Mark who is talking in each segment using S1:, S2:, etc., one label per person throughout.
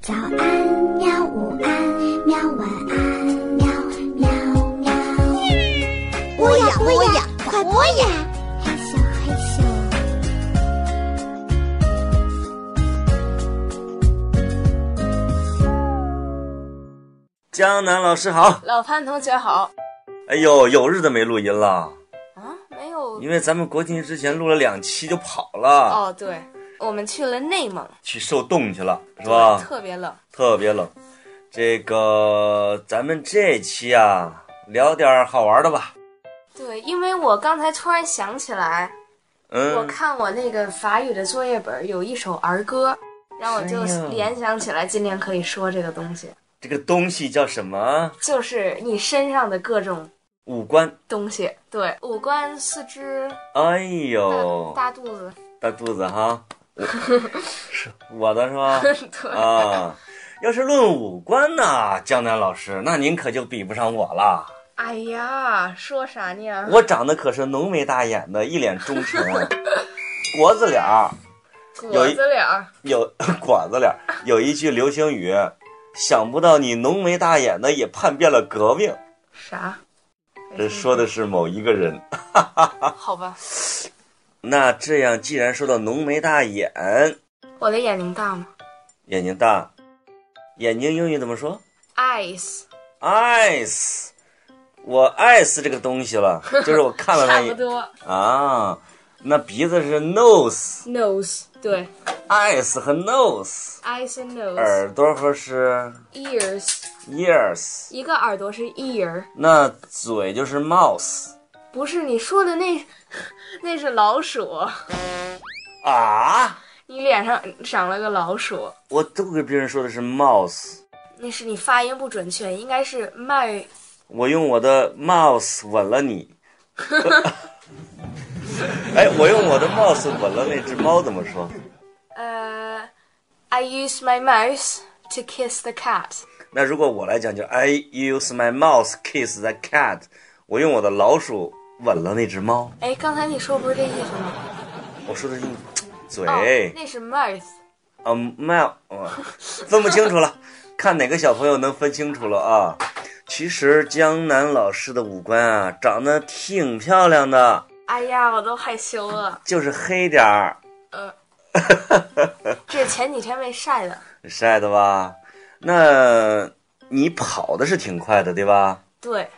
S1: 早安喵，午安喵，晚安喵喵喵。播呀播呀，快播呀！嘿咻嘿咻，
S2: 江南老师好，
S3: 老潘同学好
S2: 哎呦，有日子没录音了，
S3: 啊，没有
S2: 因为咱们国庆之前录了两期就跑了，
S3: 哦，对，我们去了内蒙，
S2: 去受冻去了，是
S3: 对
S2: 吧？
S3: 特别冷，
S2: 特别冷。这个咱们这期啊，聊点儿好玩的吧。
S3: 对，因为我刚才突然想起来，我
S2: 嗯，
S3: 看我那个法语的作业本有一首儿歌，让我就
S2: 哎呀
S3: 联想起来今天可以说这个东西，
S2: 这个东西叫什么？
S3: 就是你身上的各种
S2: 五官。
S3: 东西，对，五官、四肢、
S2: 哎
S3: 大、
S2: 呦，
S3: 大肚子，
S2: 大肚子哈，我是我的是 吧？
S3: 对，
S2: 啊，要是论五官呢，江南老师，那您可就比不上我了。
S3: 哎呀，说啥呢？
S2: 我长得可是浓眉大眼的，一脸忠诚，国字脸儿
S3: 果子脸儿，
S2: 有 果子脸儿有一句流行语，想不到你浓眉大眼的也叛变了革命，
S3: 啥？
S2: 这说的是某一个人。
S3: 哎好吧，
S2: 那这样，既然说到浓眉大眼，
S3: 我的眼睛大吗
S2: 眼睛大，眼睛英语怎么说
S3: ？Eyes，
S2: ？Eyes，我爱死这个东西了，就是我看了它
S3: 差
S2: 一
S3: 不多。
S2: 啊。那鼻子是 nose，eyes
S3: Nose，对
S2: 和 nose，
S3: ，eyes and nose。
S2: 耳朵和是
S3: Ears，
S2: ears。
S3: 一个耳朵是 ear，
S2: 那嘴就是 mouse
S3: 不是你说的那， 那是老鼠。
S2: 啊！
S3: 你脸上长了个老鼠，
S2: 我都给别人说的是 mouse，
S3: 那是你发音不准确，应该是麦。
S2: 我用我的 mouse 吻了 你。哎，我用我的 mouse 吻了那只猫，怎么说？
S3: 呃、i use my mouth to kiss the cat。
S2: 那如果我来讲，就 I use my mouse kiss the cat，我用我的老鼠吻了那只猫。
S3: 哎，刚才你说不是这意思吗？
S2: 我说的是嘴，
S3: 哦，那是 mouth。
S2: 啊，mouse，嗯分不清楚了，看哪个小朋友能分清楚了啊。其实江南老师的五官啊，长得挺漂亮的，
S3: 哎呀，我都害羞了。
S2: 就是黑点儿，
S3: 呃，这是前几天被晒的。
S2: 晒的吧？那你跑的是挺快的，对吧？
S3: 对，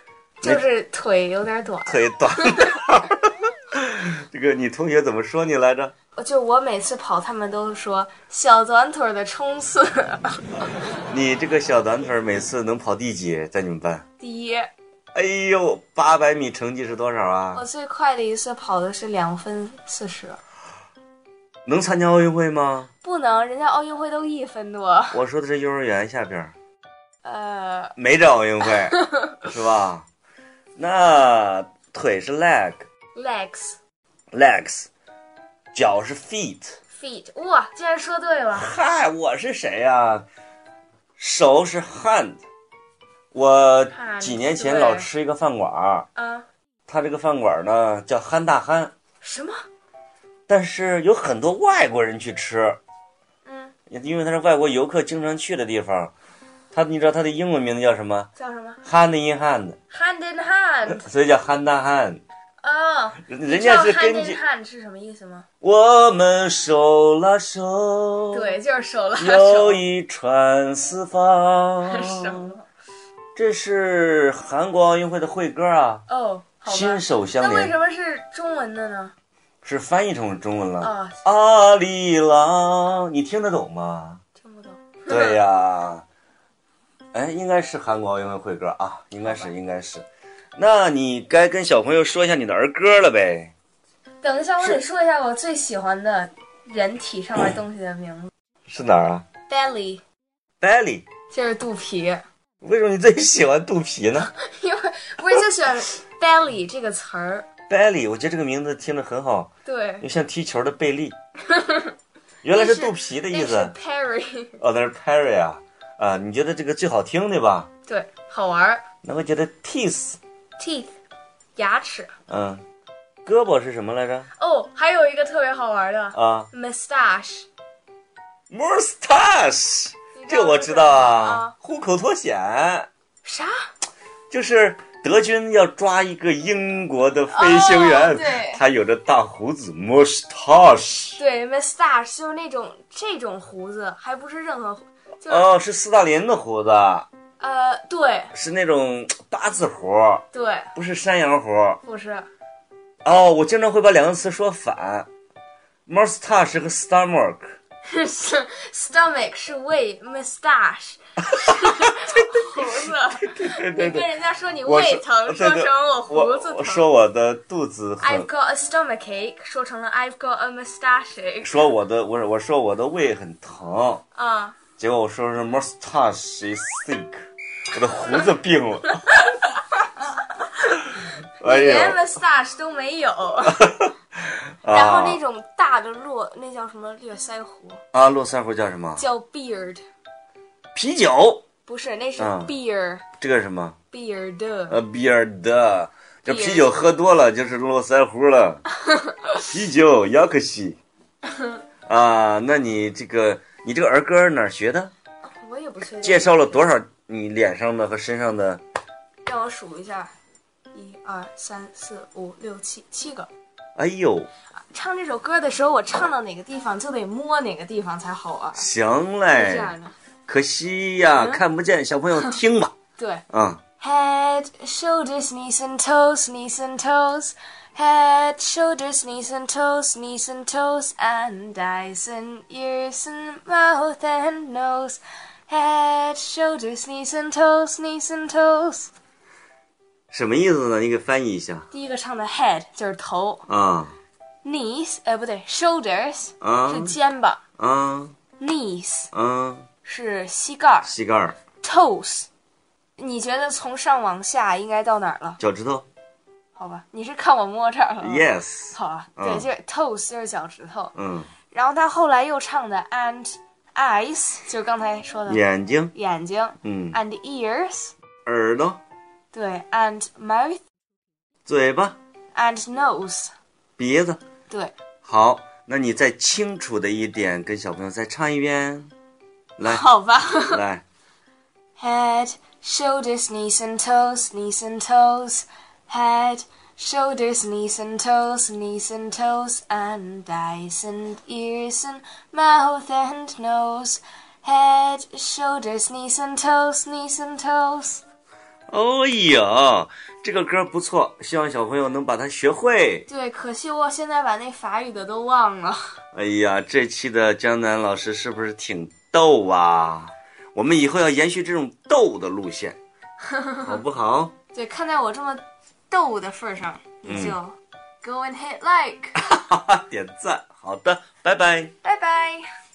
S3: 就是腿有点短。
S2: 腿短点儿。 这个你同学怎么说你来着？
S3: 就我每次跑，他们都说小短腿的冲刺
S2: 你这个小短腿儿每次能跑第几？在你们班？
S3: 第一。
S2: 哎呦，八百米成绩是多少啊
S3: 我？最快的一次跑的是两分四十，
S2: 能参加奥运会吗？
S3: 不能，人家奥运会都一分多。
S2: 我说的是幼儿园下边儿。
S3: 呃，
S2: 没这奥运 会，是吧？那腿是 leg
S3: legs
S2: legs，脚是 feet。
S3: feet，哇，竟然说对了。
S2: 嗨，我是谁呀、手是 hand。我几年前
S3: 对
S2: 老吃一个饭馆儿，
S3: 啊，
S2: 他这个饭馆儿呢叫憨大憨，
S3: 什么？
S2: 但是有很多外国人去吃，
S3: 嗯，
S2: 因为他是外国游客经常去的地方。他你知道他的英文名字叫什么
S3: 叫什么
S2: ？hand in hand，
S3: ？hand in hand。
S2: 所以叫憨大憨。
S3: 哦，
S2: 人人家是
S3: 你知道 hand
S2: 根
S3: in
S2: 据
S3: hand 是什么意思吗？
S2: 我们手拉手，，
S3: 对，就是手拉手。
S2: 友。谊传四方
S3: 什么？
S2: 这是韩国奥运会的会歌啊，
S3: 哦，好
S2: 心
S3: 吧。
S2: 手相
S3: 那为
S2: 连
S3: 什么是中文的呢？
S2: 是翻译成中文了。
S3: 啊，
S2: 阿里郎，你听得懂 吗？
S3: 听不懂。
S2: 对呀、哎，应该是韩国奥运会会歌啊，应该是，应该是。那你该跟小朋友说一下你的儿歌了呗？
S3: 等一下，我
S2: 是
S3: 得说一下我最喜欢的人体上面东西的名字。
S2: 是哪儿啊
S3: belly
S2: ？Belly，
S3: 就是肚皮，
S2: 为什么你最喜欢肚皮呢
S3: 因为不是就喜欢 belly 这个词儿。
S2: ？Belly，我觉得这个名字听着很好。
S3: 对，
S2: 就像踢球的贝 利，原来是肚皮的
S3: 那
S2: 意
S3: 是
S2: 思。
S3: Perry。
S2: 哦，那是 Perry 啊，啊，你觉得这个最好听对吧？
S3: 对，好玩儿。
S2: 那我觉得 teeth，
S3: teeth 牙齿。
S2: 嗯，胳膊是什么来着？
S3: 哦，还有一个特别好玩的
S2: 啊
S3: mustache，
S2: ，mustache，
S3: 你
S2: 这我知道啊
S3: 啊，
S2: 虎口脱险
S3: 啥
S2: 就是德军要抓一个英国的飞行员，
S3: 哦对
S2: 他有着大胡子 mustache，
S3: 对 mustache 就是那种这种胡子，还不是任何胡，就是、
S2: 哦，是斯大林的胡子，啊
S3: 呃，对
S2: 是那种八字胡，
S3: 对，
S2: 不是山羊胡。
S3: 不是
S2: 哦，我经常会把两个词说反，mustache 和 stomach。
S3: 是 stomach 是胃，mustache 胡子。
S2: 对对
S3: 你跟
S2: 对，
S3: 人家说你
S2: 我呃
S3: 胃疼，说
S2: 对对
S3: 成我胡子
S2: 我
S3: 疼。哎
S2: 说我的肚子
S3: I've
S2: 很，
S3: got a stomach ache，说成了 I've got a mustache ache。
S2: 说我的我我说我的胃很疼，
S3: 啊、
S2: 结果我说是 mustache is sick，我的胡子病 了。哎呦
S3: 连 mustache 都没有。然后
S2: 啊
S3: 那种大的络，那叫什么略腮胡，
S2: 啊！络腮胡叫什么？
S3: 叫 beard，
S2: 啤酒，
S3: 不是，那是
S2: 嗯
S3: beer、
S2: 这个是什么？
S3: beard。
S2: 呃，beer 的，这
S3: Beer
S2: 啤酒喝多了就是络腮胡 了。啤酒要可惜啊！那你这个你这个儿歌哪儿学的？
S3: 我也不确
S2: 介
S3: 定，
S2: 绍了多少你脸上的和身上的？
S3: 让我数一下，一二三四五六七七个。
S2: 哎呦，
S3: 唱这首歌的时候，我唱到哪个地方就得摸哪个地方才好玩，是
S2: 行
S3: 这
S2: 嘞，
S3: 样的。
S2: 可惜呀，
S3: 嗯
S2: 看不见，小朋友听吧，
S3: 对
S2: 啊、
S3: ，head shoulders knees and toes knees and toes。Head, shoulders, knees and toes, knees and toes, and eyes and ears and mouth and nose. Head, shoulders, knees and toes, knees and toes.
S2: 什么意思呢？你给翻译一下
S3: 第一个唱的 head 就是头
S2: 啊
S3: ，knees 呃不对，shoulders
S2: 啊
S3: 是肩膀
S2: 啊
S3: ，knees
S2: 啊！
S3: 是膝盖儿
S2: 膝盖儿、
S3: ，toes。你觉得从上往下应该到哪儿了？
S2: 脚趾头
S3: 好吧，你是看我摸这儿了吗
S2: ，yes，
S3: 好啊，对，
S2: 嗯
S3: 就是 toes 就是脚趾头。
S2: 嗯，
S3: 然后他后来又唱的 and eyes 就是刚才说的
S2: 眼睛，
S3: 眼睛
S2: 嗯，
S3: ，and ears
S2: 耳朵，
S3: 对，and mouth
S2: 嘴巴，
S3: and nose
S2: 鼻子。
S3: 对
S2: 好，那你再清楚的一点，跟小朋友再唱一遍，来
S3: 好吧。
S2: 来，
S3: Head, shoulders, knees and toes, knees and toes. Head, shoulders, knees and toes, knees and toes. And eyes and ears and mouth and nose. Head, shoulders, knees and toes, knees and toes.
S2: 哦呦，这个歌不错，希望小朋友能把它学会。
S3: 对，可惜我现在把那法语的都忘了。
S2: 哎呀，这期的江南老师是不是挺逗啊？我们以后要延续这种逗的路线，好不好？
S3: 对，看在我这么逗的份儿上，你就 go and hit like，
S2: 哈哈，点赞，好的，拜拜。
S3: 拜拜。